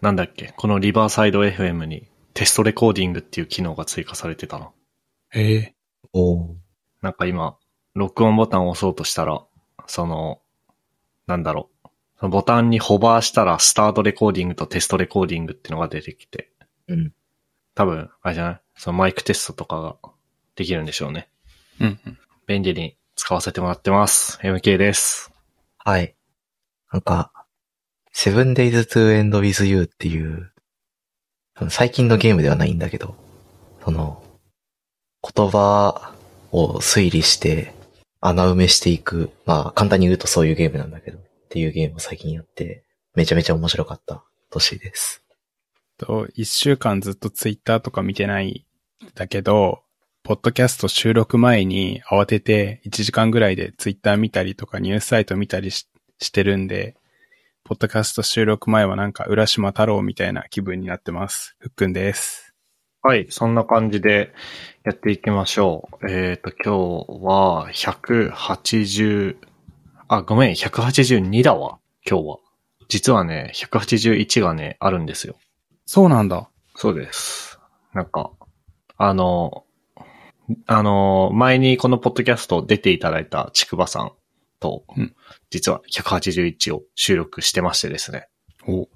なんだっけ、このリバーサイド FM にテストレコーディングっていう機能が追加されてたな。へえ。おーなんか今、録音ボタンを押そうとしたら、その、なんだろう。そのボタンにホバーしたら、スタートレコーディングとテストレコーディングってのが出てきて、うん。多分、あれじゃないそのマイクテストとかができるんでしょうね。うんうん。便利に使わせてもらってます。MK です。はい。なんか、Seven Days to End with You っていう、その最近のゲームではないんだけど、その、言葉を推理して穴埋めしていく、まあ簡単に言うとそういうゲームなんだけど、っていうゲームを最近やって、めちゃめちゃ面白かった年です。と、一週間ずっとツイッターとか見てないんだけど、ポッドキャスト収録前に慌てて1時間ぐらいでツイッター見たりとかニュースサイト見たりししてるんで、ポッドキャスト収録前はなんか浦島太郎みたいな気分になってます。ふっくんです。はい、そんな感じでやっていきましょう。えっ、と、今日は180、あ、ごめん、182だわ、今日は。実はね、181がね、あるんですよ。そうなんだ。そうです。なんか、あの、あの、前にこのポッドキャスト出ていただいたちくばさんと、うん実は181を収録してましてですね。お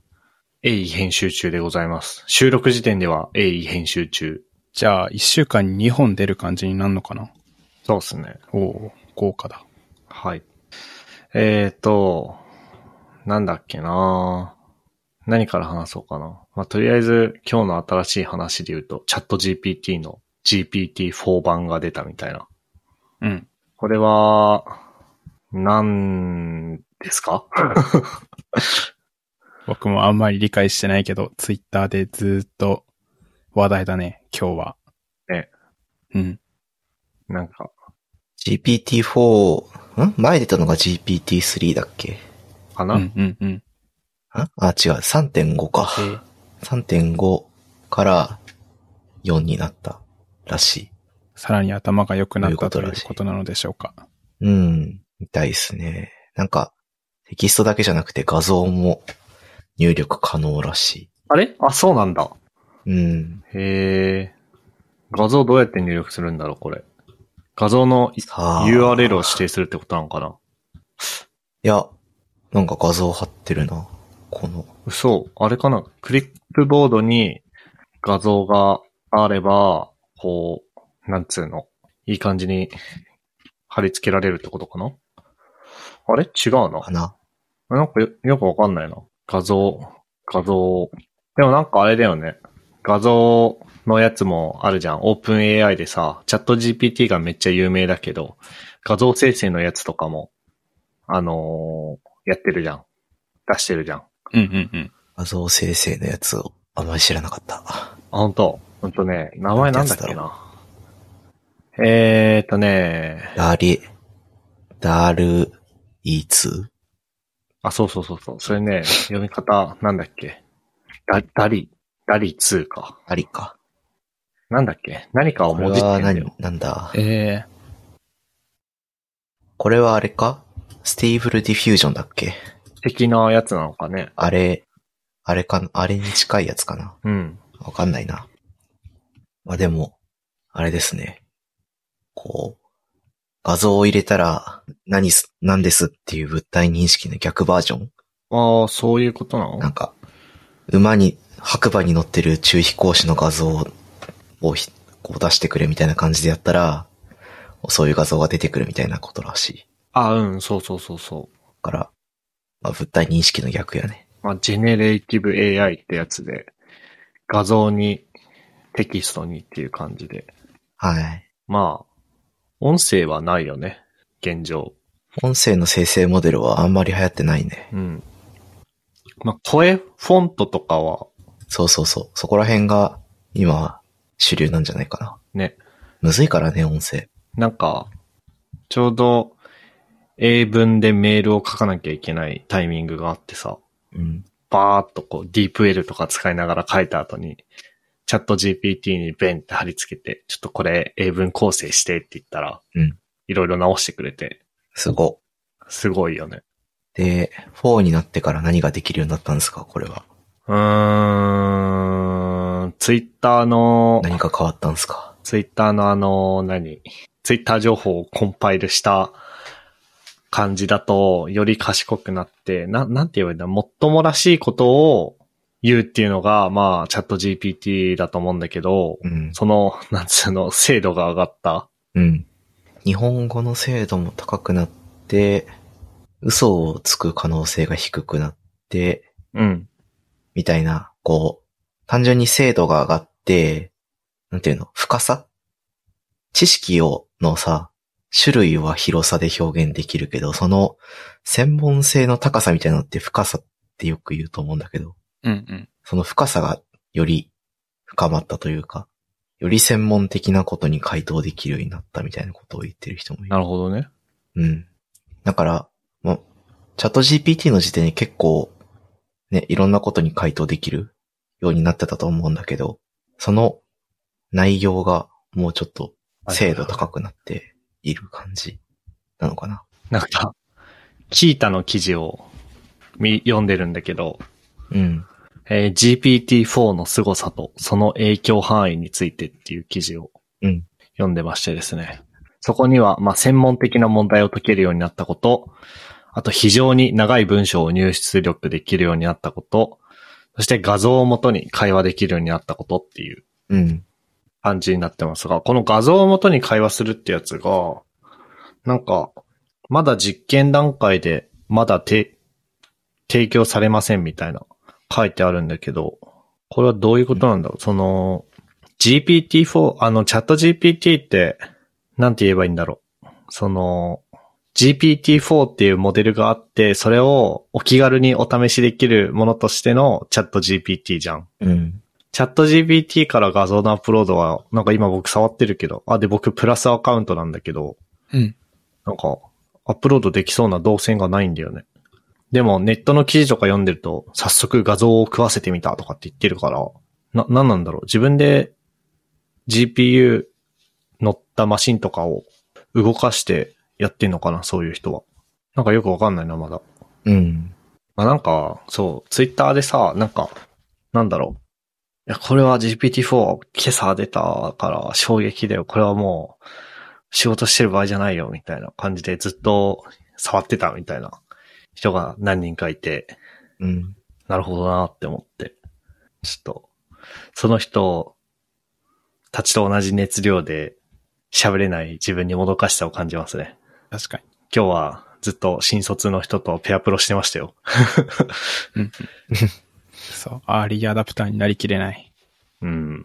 鋭意編集中でございます。収録時点では鋭意編集中。じゃあ、一週間に2本出る感じになるのかなそうですね。おお豪華だ。はい。えーと、なんだっけな何から話そうかな。まあ、とりあえず今日の新しい話で言うと、チャット GPT の GPT4 版が出たみたいな。うん。これは、なんですか僕もあんまり理解してないけど、ツイッターでずーっと話題だね、今日は。ね。うん。なんか、 GPT4、ん前出たのが GPT3 だっけかうな、んうんうん。んあ、違う、3.5か。えー3.5から4になったらしさらに頭が良くなったとといいうことうらしいことなのでしょうか。い。うん、みたいですね。なんか、テキストだけじゃなくて画像も入力可能らしあれあ、そうなんだ。い。うん。へえ。画像どうやって入力するんだろう、これ。画像のいさあ。 URL を指定するってことなのかないや、なんか画像貼ってるな。この。嘘。あれかなクリップボードに画像があれば、こう、なんつうの。いい感じに貼り付けられるってことかなあれ違うなか。な。なんかよよくわかんないな。画像、画像。でもなんかあれだよね。画像のやつもあるじゃん。オープン AI でさ、チャット GPT がめっちゃ有名だけど、画像生成のやつとかも、あのーやってるじゃん。出してるじゃん。あ、うんうんうん。画像生成のやつをあんまり知らなかった。ほんと。ほんとね、名前なんだっなけんてやな。えーっとね、ダリ、ダル、イツあ、そうそうそうそう。それね、読み方なんだっけ。ダダリ、ダリ2か。ありか。なんだっけ何かをこれ文字ってはんだよ何。なんだえー、これはあれかスティーブルディフュージョンだっけ的なやつなのかね。あれ、あれかな、あれに近いやつかなうん。わかんないな。まあでも、あれですね。こう、画像を入れたら、何す、何ですっていう物体認識の逆バージョンああ、そういうことなのなんか、馬に、白馬に乗ってる中飛行士の画像をひこう出してくれみたいな感じでやったら、そういう画像が出てくるみたいなことらしい。あうん、そうそうそうそう。だから、まあ物体認識の逆やね。まあ、ジェネレイティブ AI ってやつで、画像に、テキストにっていう感じで。はい。まあ、音声はないよね。現状。音声の生成モデルはあんまり流行ってないね。うん。まあ、声、フォントとかは、そうそうそう。そこら辺が今主流なんじゃないかな。ね、むずいからね、音声。なんか、ちょうど、英文でメールを書かなきゃいけないタイミングがあってさ。うん。バーっとこう、ディープ L とか使いながら書いた後に、チャット GPT にベンって貼り付けて、ちょっとこれ英文構成してって言ったら、うんいろいろ直してくれて、すご。すごいよね。で、4になってから何ができるようになったんですか、これは。うーん、ツイッターの、何か変わったんすかツイッターのあの、何ツイッター情報をコンパイルした感じだと、より賢くなって、な、なんて言えばいいんだ、もっともらしいことを言うっていうのが、まあ、チャット GPT だと思うんだけど、うん。その、なんつうの、精度が上がった。うん。日本語の精度も高くなって、嘘をつく可能性が低くなって、うん。みたいな、こう、単純に精度が上がって、なんていうの、深さ知識を、のさ、種類は広さで表現できるけど、その専門性の高さみたいなのって深さってよく言うと思うんだけど、うんうん。その深さがより深まったというか、より専門的なことに回答できるようになったみたいなことを言ってる人もいるな。るほどね。うん。だから、もう、チャット GPT の時点に結構、ね、いろんなことに回答できるようになってたと思うんだけど、その内容がもうちょっと精度高くなっている感じなのかな。なんか、キータの記事を見読んでるんだけど、うん。えー GPT-4 の凄さとその影響範囲についてっていう記事をうん読んでましてですね。そこには、まあ、専門的な問題を解けるようになったこと、あと非常に長い文章を入出力できるようになったこと、そして画像をもとに会話できるようになったことっていううん。感じになってますが、この画像をもとに会話するってやつが、なんか、まだ実験段階で、まだて、提供されませんみたいな、書いてあるんだけど、これはどういうことなんだろう、その、GPT-4、あの、チャット GPT って、なんて言えばいいんだろう。その、GPT-4 っていうモデルがあって、それをお気軽にお試しできるものとしてのチャット GPT じゃん。うん。チャット GPT から画像のアップロードは、なんか今僕触ってるけど、あ、で僕プラスアカウントなんだけど、うん。なんか、アップロードできそうな動線がないんだよね。でもネットの記事とか読んでると、早速画像を食わせてみたとかって言ってるから、な、なんなんだろう自分で GPU 乗ったマシンとかを動かしてやってんのかなそういう人は。なんかよくわかんないな、まだ。うん。まあなんか、そう、ツイッターでさ、なんか、なんだろう。いや、これは GPT-4 今朝出たから衝撃だよ。これはもう仕事してる場合じゃないよ、みたいな感じでずっと触ってたみたいな人が何人かいて、うん。なるほどなって思って。ちょっと、その人たちと同じ熱量で喋れない自分にもどかしさを感じますね。確かに。今日はずっと新卒の人とペアプロしてましたよ。そう。アーリーアダプターになりきれない。うん。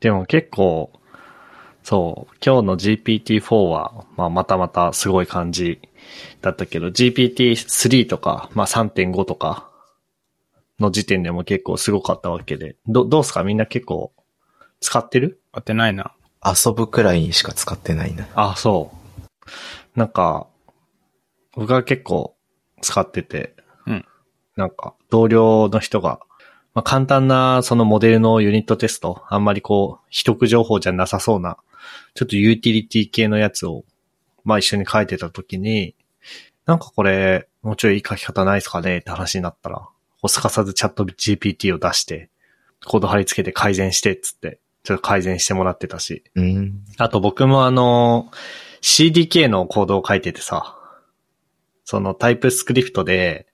でも結構、そう、今日の GPT-4 は、まあ、またまたすごい感じだったけど、GPT-3 とか、まあ、3.5とかの時点でも結構すごかったわけで、ど、どうすかみんな結構使ってる当てないな。遊ぶくらいにしか使ってないな。あ、そう。なんか、僕は結構使ってて、うんなんか、同僚の人が、まあ、簡単な、そのモデルのユニットテスト、あんまりこう、秘匿情報じゃなさそうな、ちょっとユーティリティ系のやつを、まあ一緒に書いてたときに、なんかこれ、もうちょいいい書き方ないですかねって話になったら、こうすかさずチャット GPT を出して、コード貼り付けて改善して、っつって、ちょっと改善してもらってたし、うん。あと僕もあの、CDK のコードを書いててさ、そのタイプスクリプトで、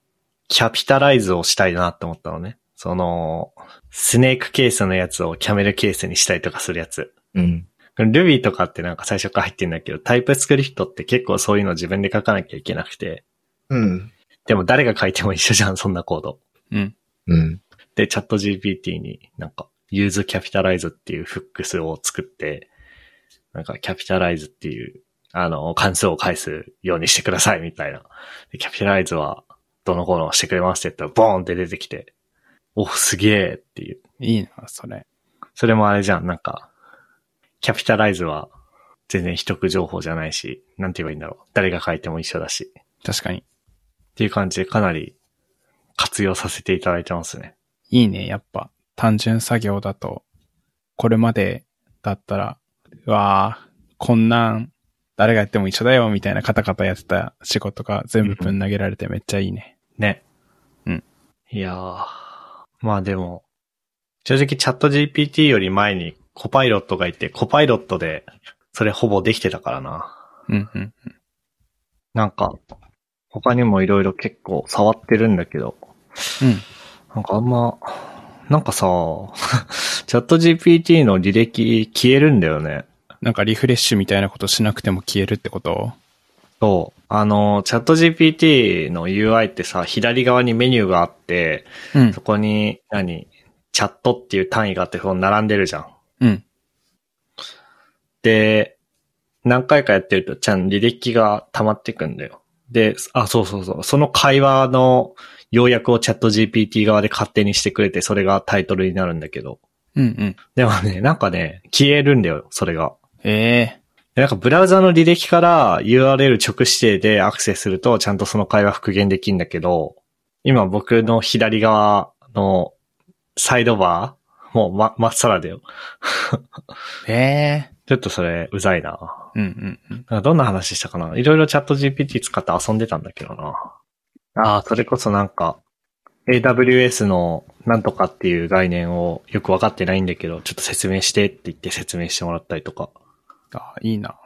キャピタライズをしたいなって思ったのね。その、スネークケースのやつをキャメルケースにしたりとかするやつ。うん。 Ruby とかってなんか最初から入ってんだけど、タイプスクリプトって結構そういうの自分で書かなきゃいけなくて。うん。でも誰が書いても一緒じゃん、そんなコード。うん。うん。で、チャット GPT になんか、ユーズキャピタライズっていうフックスを作って、なんか、キャピタライズっていう、あの、関数を返すようにしてくださいみたいな。でキャピタライズは、どの子のしてくれますって言ったら、ボーンって出てきて、お、すげえっていう。いいな、それ。それもあれじゃん、なんか、キャピタライズは、全然秘匿情報じゃないし、なんて言えばいいんだろう。誰が書いても一緒だし。確かに。っていう感じで、かなり、活用させていただいてますね。いいね、やっぱ。単純作業だと、これまでだったら、うわあこんなん、誰がやっても一緒だよ、みたいなカタカタやってた仕事が全部ぶん投げられてめっちゃいいね。ね。うん。いいやー。まあでも、正直チャット GPT より前にコパイロットがいて、コパイロットでそれほぼできてたからな。うんうん。なんか、他にもいろいろ結構触ってるんだけど、うん。なんかあんま、なんかさ、 チャット GPT の履歴消えるんだよね。なんかリフレッシュみたいなことしなくても消えるってことそう。あの、チャット GPT の UI ってさ、左側にメニューがあって、うんそ。こに、何、チャットっていう単位があって、その並んでるじゃん。うん。で、何回かやってると、ちゃん履歴が溜まってくんだよ。で、あ、そうそうそう。その会話の要約をチャット GPT 側で勝手にしてくれて、それがタイトルになるんだけど。うんうん。でもね、なんかね、消えるんだよ、それが。ええでなんかブラウザの履歴から URL 直指定でアクセスするとちゃんとその会話復元できるんだけど、今僕の左側のサイドバーもうま、まっさらだよ。ええちょっとそれ、うざいな。うんうんうなん。んかどんな話したかないろいろチャット GPT 使って遊んでたんだけどな。ああ、それこそなんか、AWS のなんとかっていう概念をよくわかってないんだけど、ちょっと説明してって言って説明してもらったりとか。あ、いいな。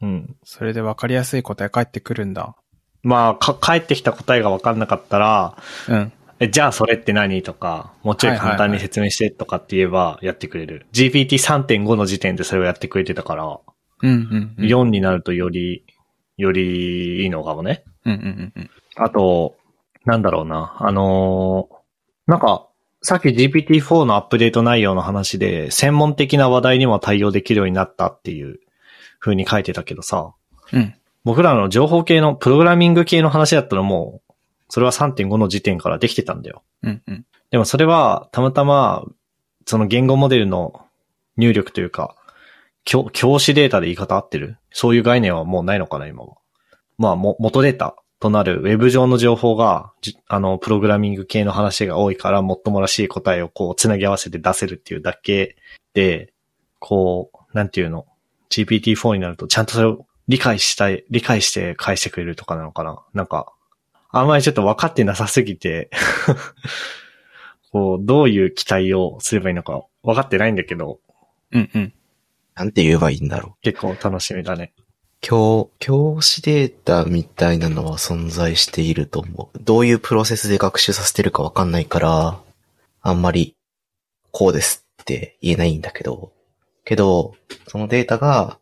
うん。それで分かりやすい答え返ってくるんだ。まあ、か、返ってきた答えが分かんなかったら、うん。え、じゃあそれって何とか、もうちょい簡単に説明してとかって言えばやってくれる。GPT3.5 の時点でそれをやってくれてたから、うんうんうん。 4になるとより、よりいいのかもね。うんうんうんあと、なんだろうな。あのーなんか、さっき GPT-4 のアップデート内容の話で、専門的な話題にも対応できるようになったっていう風に書いてたけどさ、うん。うん。僕らの情報系の、プログラミング系の話だったらもう、それは3.5の時点からできてたんだよ。うんうん。でもそれは、たまたま、その言語モデルの入力というか、教、教師データで言い方合ってるそういう概念はもうないのかな、今は。まあ、も、元データとなるウェブ上の情報が、じあの、プログラミング系の話が多いから、もっともらしい答えをこう、つなぎ合わせて出せるっていうだけで、こう、なんていうの、GPT-4 になると、ちゃんとそれを理解したい、理解して返してくれるとかなのかななんか、あんまりちょっと分かってなさすぎて、こう、どういう期待をすればいいのか分かってないんだけど、うんうん。なんて言えばいいんだろう。結構楽しみだね。教、教師データみたいなのは存在していると思う。どういうプロセスで学習させてるかわかんないから、あんまり、こうですって言えないんだけど、けど、そのデータが、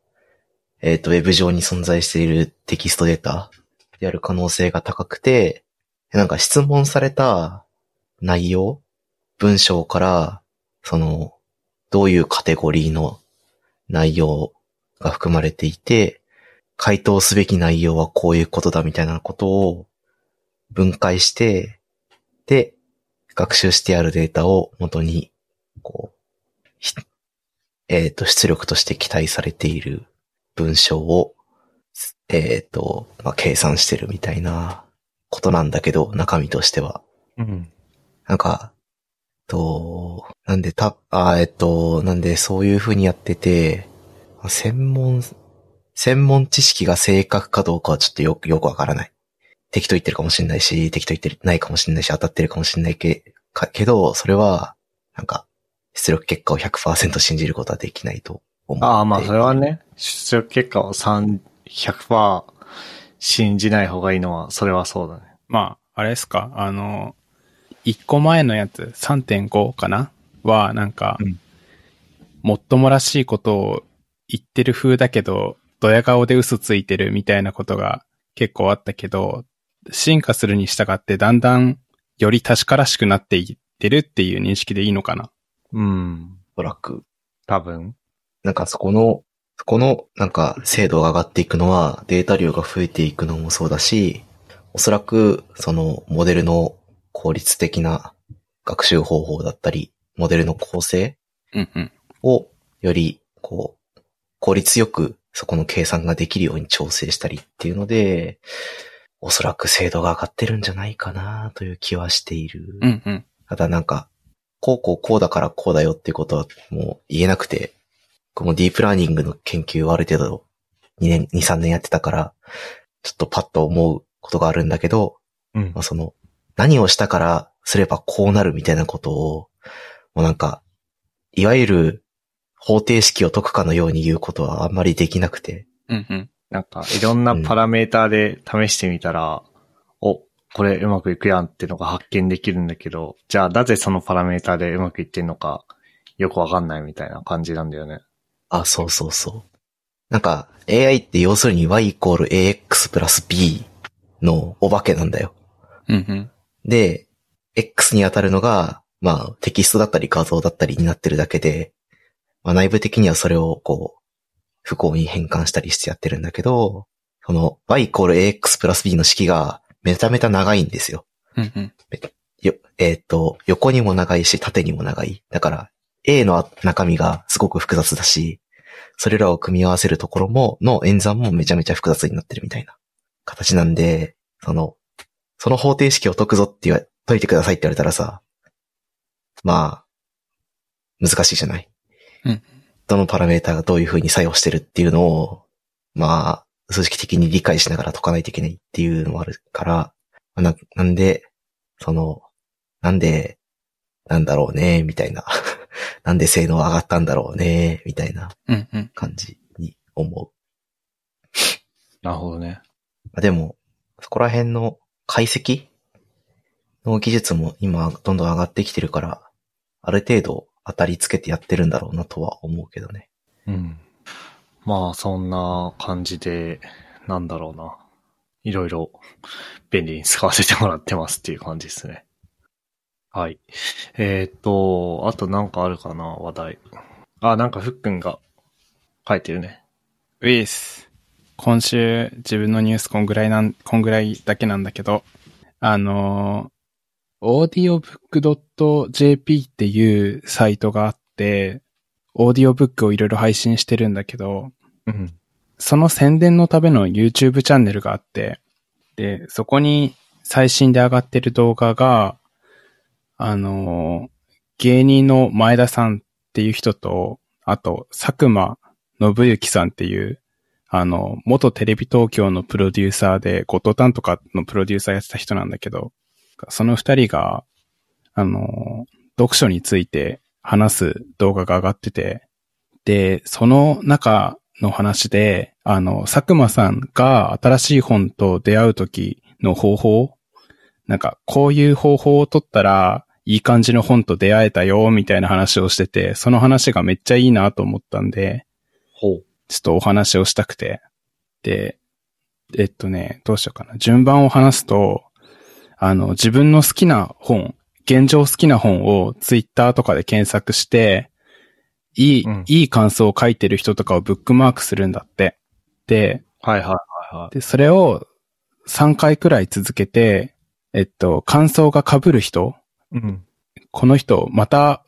えっ、と、ウェブ上に存在しているテキストデータである可能性が高くて、なんか質問された内容、文章から、その、どういうカテゴリーの内容が含まれていて、回答すべき内容はこういうことだみたいなことを分解して、で、学習してあるデータを元に、こう、ひえっ、と、出力として期待されている文章を、えっ、と、まあ、計算してるみたいなことなんだけど、中身としては。うん。なんか、と、なんでた、あー、えっと、なんでそういう風にやってて、専門、専門知識が正確かどうかはちょっとよく、よくわからない。適当言ってるかもしれないし、適当言ってないかもしれないし、当たってるかもしれないけ、かけど、それは、なんか、出力結果を100%信じることはできないと思って。ああ、まあ、それはね、出力結果を3、100%信じない方がいいのは、それはそうだね。まあ、あれですか、あの、1個前のやつ、3.5かなは、なんか、うんもっともらしいことを言ってる風だけど、ドヤ顔で嘘ついてるみたいなことが結構あったけど、進化するに従ってだんだんより確からしくなっていってるっていう認識でいいのかなうん。おそらく。多分。なんかそこの、そこの、なんか精度が上がっていくのは、データ量が増えていくのもそうだし、おそらく、その、モデルの効率的な学習方法だったり、モデルの構成うんうん。を、より、こう、効率よく、そこの計算ができるように調整したりっていうので、おそらく精度が上がってるんじゃないかなという気はしている。うんうん。ただなんか、こうこうこうだからこうだよっていうことはもう言えなくて、このディープラーニングの研究をある程度2年、2、3年やってたから、ちょっとパッと思うことがあるんだけど、うんまあ、その、何をしたからすればこうなるみたいなことを、もうなんか、いわゆる方程式を解くかのように言うことはあんまりできなくて。うんうん。なんか、いろんなパラメーターで試してみたら、お、これうまくいくやんってのが発見できるんだけど、じゃあなぜそのパラメーターでうまくいってんのか、よくわかんないみたいな感じなんだよね。あ、そうそうそう。なんか、AI って要するに y イコール ax プラス b のお化けなんだよ。うんうん。で、X に当たるのが、まあ、テキストだったり画像だったりになってるだけで、まあ、内部的にはそれをこう、不幸に変換したりしてやってるんだけど、その y イコール ax プラス b の式がめちゃめちゃ長いんですよ。うんうん。よ、えっ、と、横にも長いし、縦にも長い。だから、A の中身がすごく複雑だし、それらを組み合わせるところも、の演算もめちゃめちゃ複雑になってるみたいな形なんで、その、その方程式を解くぞって言わ、解いてくださいって言われたらさ、まあ、難しいじゃない。うんどのパラメータがどういう風に作用してるっていうのを、まあ、数式的に理解しながら解かないといけないっていうのもあるから、な、なんで、その、なんで、なんだろうね、みたいな。 なんで性能上がったんだろうね、みたいなうんうん。感じに思なるほどね。う。あでも、そこら辺の解析の技術も今どんどん上がってきてるから、ある程度当たりつけてやってるんだろうなとは思うけどね。うん。まあ、そんな感じで、なんだろうな。いろいろ便利に使わせてもらってますっていう感じですね。はい。えーっと、あとなんかあるかな、話題。あ、なんかふっくんが書いてるね。ウィス。今週、自分のニュースこんぐらいなん、こんぐらいだけなんだけど、あのー、audiobook.jp っていうサイトがあって、オーディオブックをいろいろ配信してるんだけど、うん。その宣伝のための YouTube チャンネルがあって、で、そこに最新で上がってる動画が、あの、芸人の前田さんっていう人と、あと、佐久間信之さんっていう、あの、元テレビ東京のプロデューサーで、ゴッドタンとかのプロデューサーやってた人なんだけど、その二人が、あの、読書について話す動画が上がってて、で、その中の話で、あの、佐久間さんが新しい本と出会う時の方法、なんか、こういう方法を取ったら、いい感じの本と出会えたよ、みたいな話をしてて、その話がめっちゃいいなと思ったんで、ほう。ちょっとお話をしたくて。で、えっとね、どうしようかな。順番を話すと、あの、自分の好きな本、現状好きな本をツイッターとかで検索して、いい、うんいい感想を書いてる人とかをブックマークするんだって。で、はいはいはいはい。で、それを3回くらい続けて、えっと、感想が被る人うん。この人、また、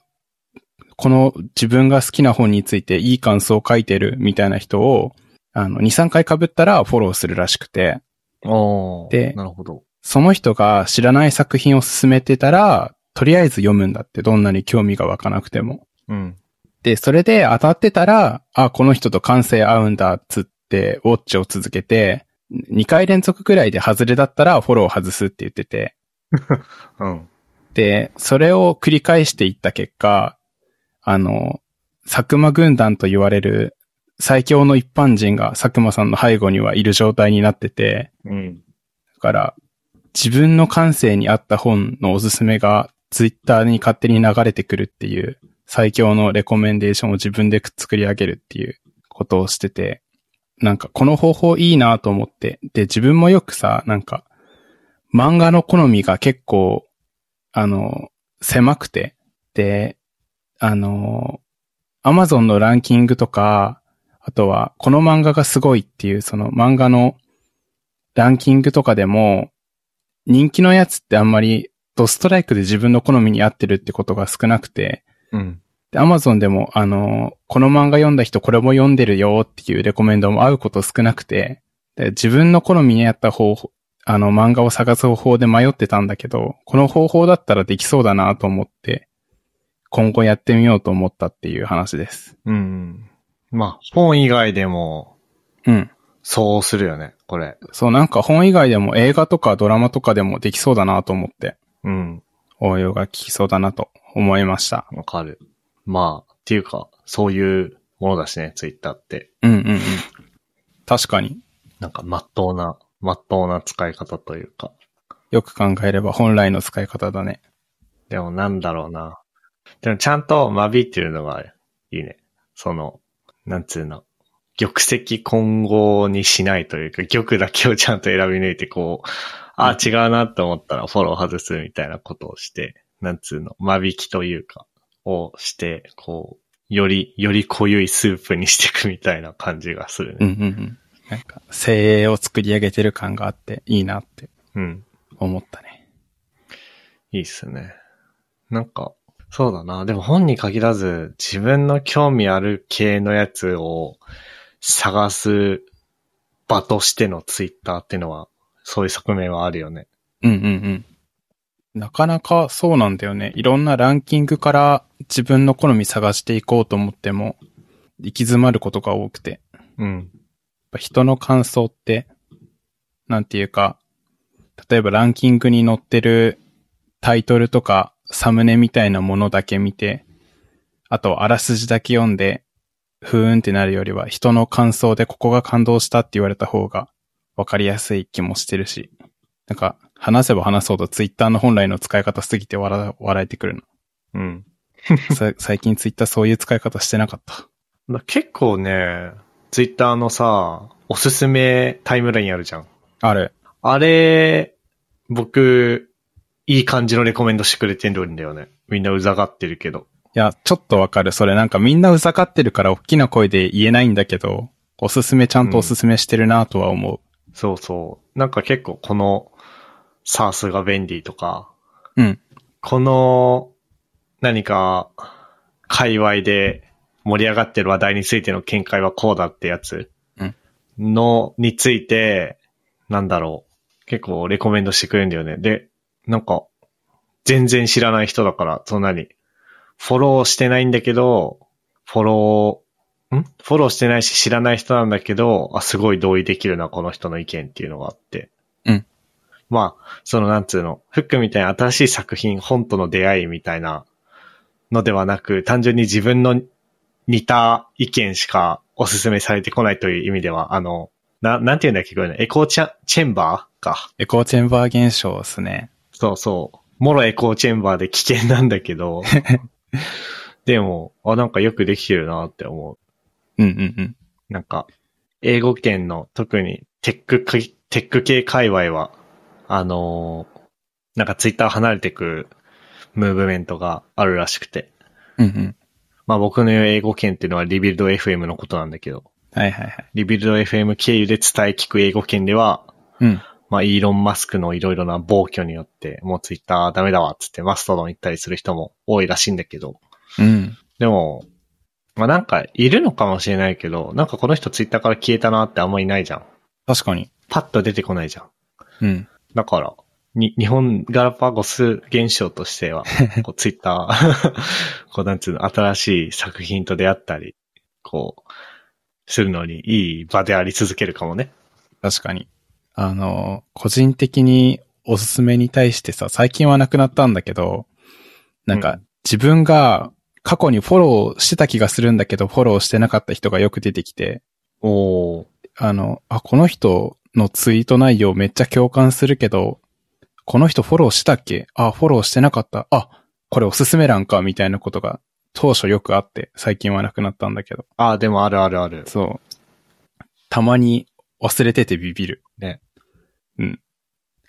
この自分が好きな本についていい感想を書いてるみたいな人を、あの、2、3回被ったらフォローするらしくて、おーでなるほど。その人が知らない作品を勧めてたら、とりあえず読むんだって、どんなに興味が湧かなくても。うん。で、それで当たってたら、あ、この人と感性合うんだっつって、ウォッチを続けて、2回連続くらいで外れだったらフォロー外すって言ってて、うん。で、それを繰り返していった結果、あの、佐久間軍団と言われる最強の一般人が佐久間さんの背後にはいる状態になってて、うん。だから、自分の感性に合った本のおすすめがツイッターに勝手に流れてくるっていう最強のレコメンデーションを自分で作り上げるっていうことをしてて、なんかこの方法いいなと思って、で自分もよくさ、なんか漫画の好みが結構、あの、狭くて、で、あの、アマゾンのランキングとか、あとはこの漫画がすごいっていうその漫画のランキングとかでも、人気のやつってあんまりドストライクで自分の好みに合ってるってことが少なくて、うん。で、アマゾンでも、あの、この漫画読んだ人これも読んでるよっていうレコメンドも合うこと少なくて、で自分の好みに合った方法、あの、漫画を探す方法で迷ってたんだけど、この方法だったらできそうだなと思って、今後やってみようと思ったっていう話です。うん。まあ、本以外でも、うん。そうするよね、これ。そう、なんか本以外でも映画とかドラマとかでもできそうだなと思って。うん。応用が効きそうだなと思いました。わかる。まあ、っていうか、そういうものだしね、ツイッターって。うんうんうん。確かに。なんか、まっとうな、まっとうな使い方というか。よく考えれば本来の使い方だね。でもなんだろうな。でもちゃんと間引いてるのがいいね。その、なんつうの。玉石混合にしないというか、玉だけをちゃんと選び抜いて、こう、あ、違うなと思ったらフォロー外すみたいなことをして、なんつうの、間引きというか、をして、こう、より、より濃ゆいスープにしていくみたいな感じがするうんね。うんうん。なんか、精鋭を作り上げてる感があっていいなってうん。思ったね。いいっすね。なんか、そうだな。でも本に限らず、自分の興味ある系のやつを探す場としてのツイッターってのは、そういう側面はあるよね。うんうんうん。なかなかそうなんだよね。いろんなランキングから自分の好み探していこうと思っても、行き詰まることが多くて。うん。やっぱ人の感想って、なんていうか、例えばランキングに載ってるタイトルとかサムネみたいなものだけ見て、あとあらすじだけ読んで、ふーんってなるよりは人の感想でここが感動したって言われた方がわかりやすい気もしてるし、なんか話せば話そうとツイッターの本来の使い方すぎて笑笑えてくるうん。の。さ最近ツイッターそういう使い方してなかった。だ結構ね、ツイッターのさ、おすすめタイムラインあるじゃん。ある。あれ、僕、いい感じのレコメンドしてくれてるんだよね。みんなうざがってるけど。いや、ちょっとわかる。それなんかみんなうざがってるから大きな声で言えないんだけど、おすすめちゃんとおすすめしてるなとは思そうそう。なんか結構この、サースが便利とか、う。うん。この、何か、界隈で盛り上がってる話題についての見解はこうだってやつうんの、について、なんだろう。結構レコメンドしてくれるんだよね。で、なんか、全然知らない人だから、そんなに。フォローしてないんだけど、フォロー、んフォローしてないし知らない人なんだけど、あ、すごい同意できるな、この人の意見っていうのがあって。うん。まあ、そのなんつうの、フックみたいな新しい作品、本との出会いみたいなのではなく、単純に自分の似た意見しかおすすめされてこないという意味では、あの、な、なんていうんだっけ、これね、エコーチャチェンバーか。エコーチェンバー現象ですね。そうそう。もろエコーチェンバーで危険なんだけど、でも、あ、なんかよくできてるなって思う。うんうんうん。なんか、英語圏の特にテックか、テック系界隈は、あのーなんかツイッター離れてくムーブメントがあるらしくて。うんうん。まあ僕の言う英語圏っていうのはリビルド FM のことなんだけど、はいはいはい。リビルド FM 経由で伝え聞く英語圏では、うん。まあイーロン・マスクのいろいろな暴挙によって、もうツイッターダメだわっつってマストドン行ったりする人も多いらしいんだけど、うん。でも、まあなんかいるのかもしれないけど、なんかこの人ツイッターから消えたなってあんまいないじゃん。確かに。パッと出てこないじゃん。うん。だから、に、日本ガラパゴス現象としては、こう、ツイッター、 こう、なんつうの、新しい作品と出会ったり、こう、するのにいい場であり続けるかもね。確かに。あの、個人的におすすめに対してさ、最近はなくなったんだけど、なんうか自分が過去にフォローしてた気がするんだけど、フォローしてなかった人がよく出てきて、おー。あの、あ、この人のツイート内容めっちゃ共感するけど、この人フォローしたっけあ、フォローしてなかった。あ、これおすすめ欄か、みたいなことが当初よくあって、最近はなくなったんだけど。ああ、でもあるあるある。そう。たまに忘れててビビる。ね。うん。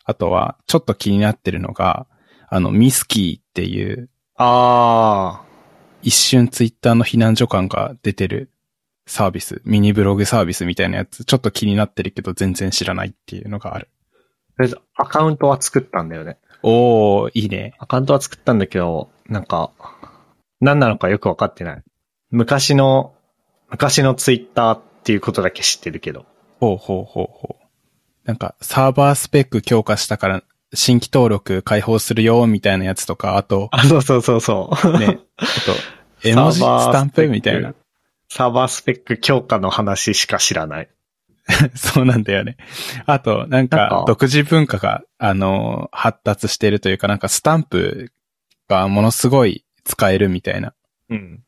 あとは、ちょっと気になってるのが、あの、ミスキーっていう、あ一瞬ツイッターの避難所感が出てるサービス、ミニブログサービスみたいなやつ、ちょっと気になってるけど全然知らないっていうのがある。ー。とりあえず、アカウントは作ったんだよね。おー、いいね。アカウントは作ったんだけど、なんか、何なのかよくわかってない。昔の、昔のツイッターっていうことだけ知ってるけど。ほうほうほうほう。なんか、サーバースペック強化したから、新規登録開放するよ、みたいなやつとか、あと、あ、そうそうそう そう。ね、あと、絵文字、サーバースタンペップクみたいな。 サーバースペック強化の話しか知らない。そうなんだよね。あと、なんなんかか、独自文化が、あのー、発達してるというか、なんか、スタンプがものすごい使えるみたいなうん。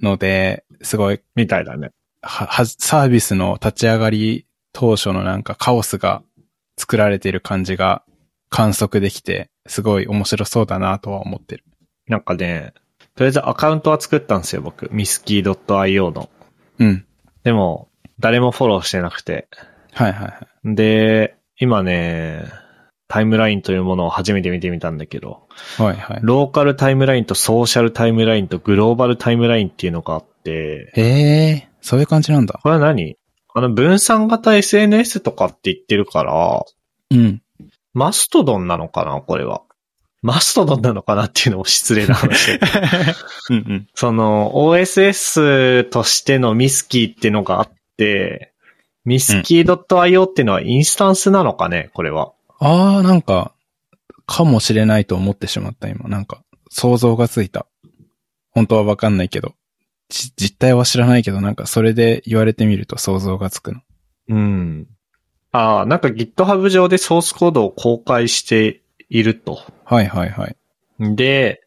ので、すごい、みたいだね。は、は、サービスの立ち上がり当初のなんかカオスが作られている感じが観測できて、すごい面白そうだなとは思ってる。なんかね、とりあえずアカウントは作ったんですよ、僕。ミスキー .io の。うん。でも、誰もフォローしてなくて。はいはいはい。で、今ね、タイムラインというものを初めて見てみたんだけど、はいはい。ローカルタイムラインとソーシャルタイムラインとグローバルタイムラインっていうのがあって、ええー、そういう感じなんだ。これは何あの分散型 SNS とかって言ってるから、うん。マストドンなのかなこれは。マストドンなのかなっていうのも失礼な話だけど。うんうん。その、OSS としてのミスキーっていうのがあって、ミスキー .io っていうのはインスタンスなのかねこれは。ああ、なんか、かもしれないと思ってしまった今。なんか、想像がついた。本当はわかんないけど。じ実態は知らないけど、なんかそれで言われてみると想像がつくの。うん。ああ、なんか GitHub 上でソースコードを公開していると。はいはいはい。で、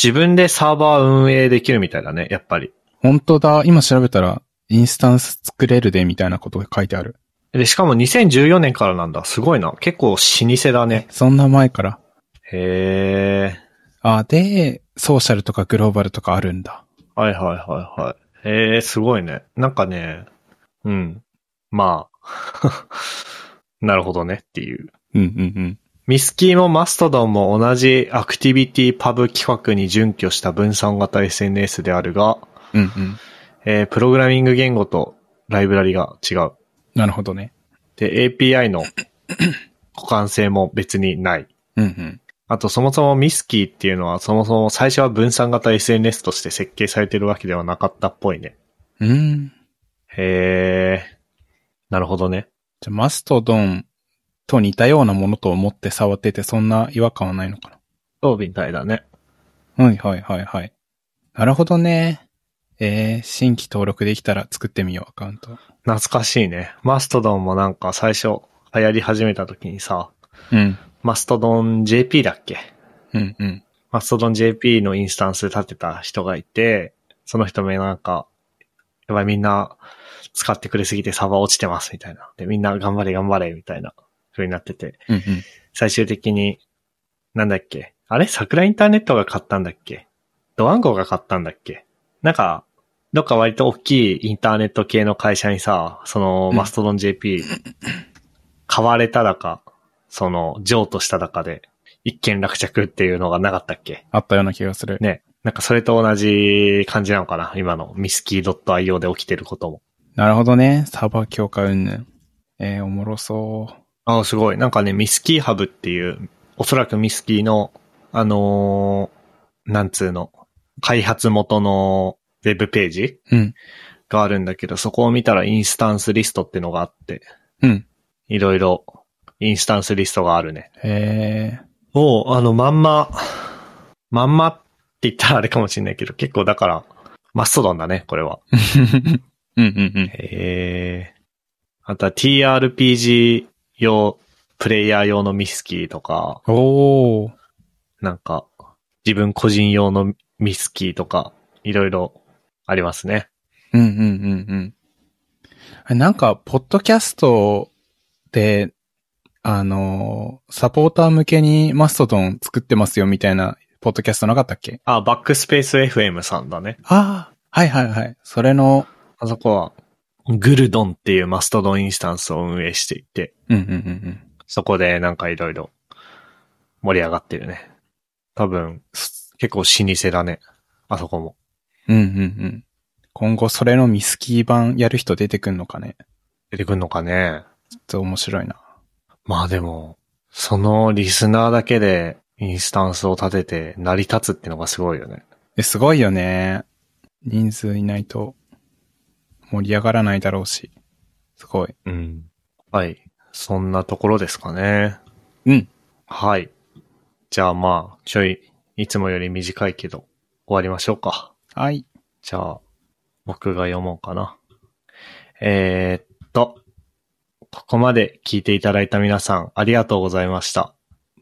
自分でサーバー運営できるみたいだね、やっぱり。本当だ。今調べたら、インスタンス作れるで、みたいなことが書いてある。で、しかも2014年からなんだ。すごいな。結構老舗だね。そんな前から。へえ。あ、で、ソーシャルとかグローバルとかあるんだ。はいはいはいはい。へえ、すごいね。なんかね、うん。まあ。 なるほどねっていう。うんうんミスキーもマストドンも同じアクティビティパブ企画に準拠した分散型 SNS であるが、うん。うんうん。えープログラミング言語とライブラリが違う。なるほどね。で、API の互換性も別にない。うんうん。あと、そもそもミスキーっていうのは、そもそも最初は分散型 SNS として設計されてるわけではなかったっぽいね。うーん。へー。なるほどね。じゃあ、マストドンと似たようなものと思って触ってて、そんな違和感はないのかそうみたいだね。なはいはいはいはい。なるほどね。えー、新規登録できたら作ってみよう、アカウント。懐かしいね。マストドンもなんか最初流行り始めた時にさ、うん。マストドン JP だっけうんうん。マストドン JP のインスタンス立てた人がいて、その人もなんか、やばいみんな使ってくれすぎてサーバー落ちてますみたいな。で、みんな頑張れ頑張れみたいな風になってて、うんうん。最終的に、なんだっけあれ桜インターネットが買ったんだっけドワンゴが買ったんだっけなんか、どっか割と大きいインターネット系の会社にさ、そのうんマストドン JP、買われただか、その譲渡しただかで、一件落着っていうのがなかったっけあったような気がする。ね。なんかそれと同じ感じなのかな今のミスキー .io で起きてることも。なるほどね。サーバー強化云々。えー、おもろそああ、すごい。なんかね、ミスキーハブっていう、おそらくミスキーの、あのーなんつうの、開発元のウェブページう。うん。があるんだけど、そこを見たらインスタンスリストってのがあって、うん。いろいろインスタンスリストがあるね。えもう、あの、まんま、まんまって言ったらあれかもしれないけど、結構だから、マストドンだね、これは。ー。 うんうんうん。へえ。あとは TRPG 用、プレイヤー用のミスキーとか、おー。なんか、自分個人用のミスキーとか、いろいろありますね。うんうんうんうんあ。なんか、ポッドキャストで、あのー、サポーター向けにマストドン作ってますよみたいな、ポッドキャストなかったっけあ、バックスペース FM さんだね。ああ、はいはいはい。それの、あそこは、グルドンっていうマストドンインスタンスを運営していて、うんうんうんうん。そこでなんかいろいろ盛り上がってるね。多分、結構老舗だね。あそこも。うんうんうん。今後それのミスキー版やる人出てくんのかね出てくんのかね。ちょっと面白いな。まあでも、そのリスナーだけでインスタンスを立てて成り立つってのがすごいよね。え、すごいよね。人数いないと盛り上がらないだろうし。すごい。うん。はい。そんなところですかね。うん。はい。じゃあまあ、ちょい、いつもより短いけど、終わりましょうか。はい。じゃあ、僕が読もうかな。えーっと、ここまで聞いていただいた皆さん、ありがとうございました。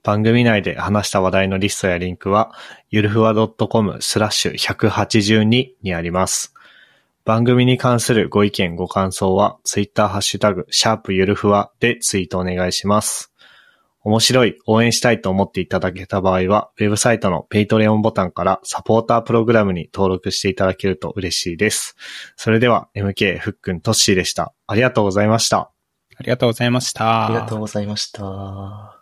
番組内で話した話題のリストやリンクは、ゆるふわ .com スラッシュ182にあります。番組に関するご意見、ご感想は、ツイッターハッシュタグ、シャープゆるふわでツイートお願いします。面白い、応援したいと思っていただけた場合は、ウェブサイトのペイトレオンボタンからサポータープログラムに登録していただけると嬉しいです。それでは、MK、ふっくん、トッシーでした。ありがとうございました。ありがとうございました。ありがとうございました。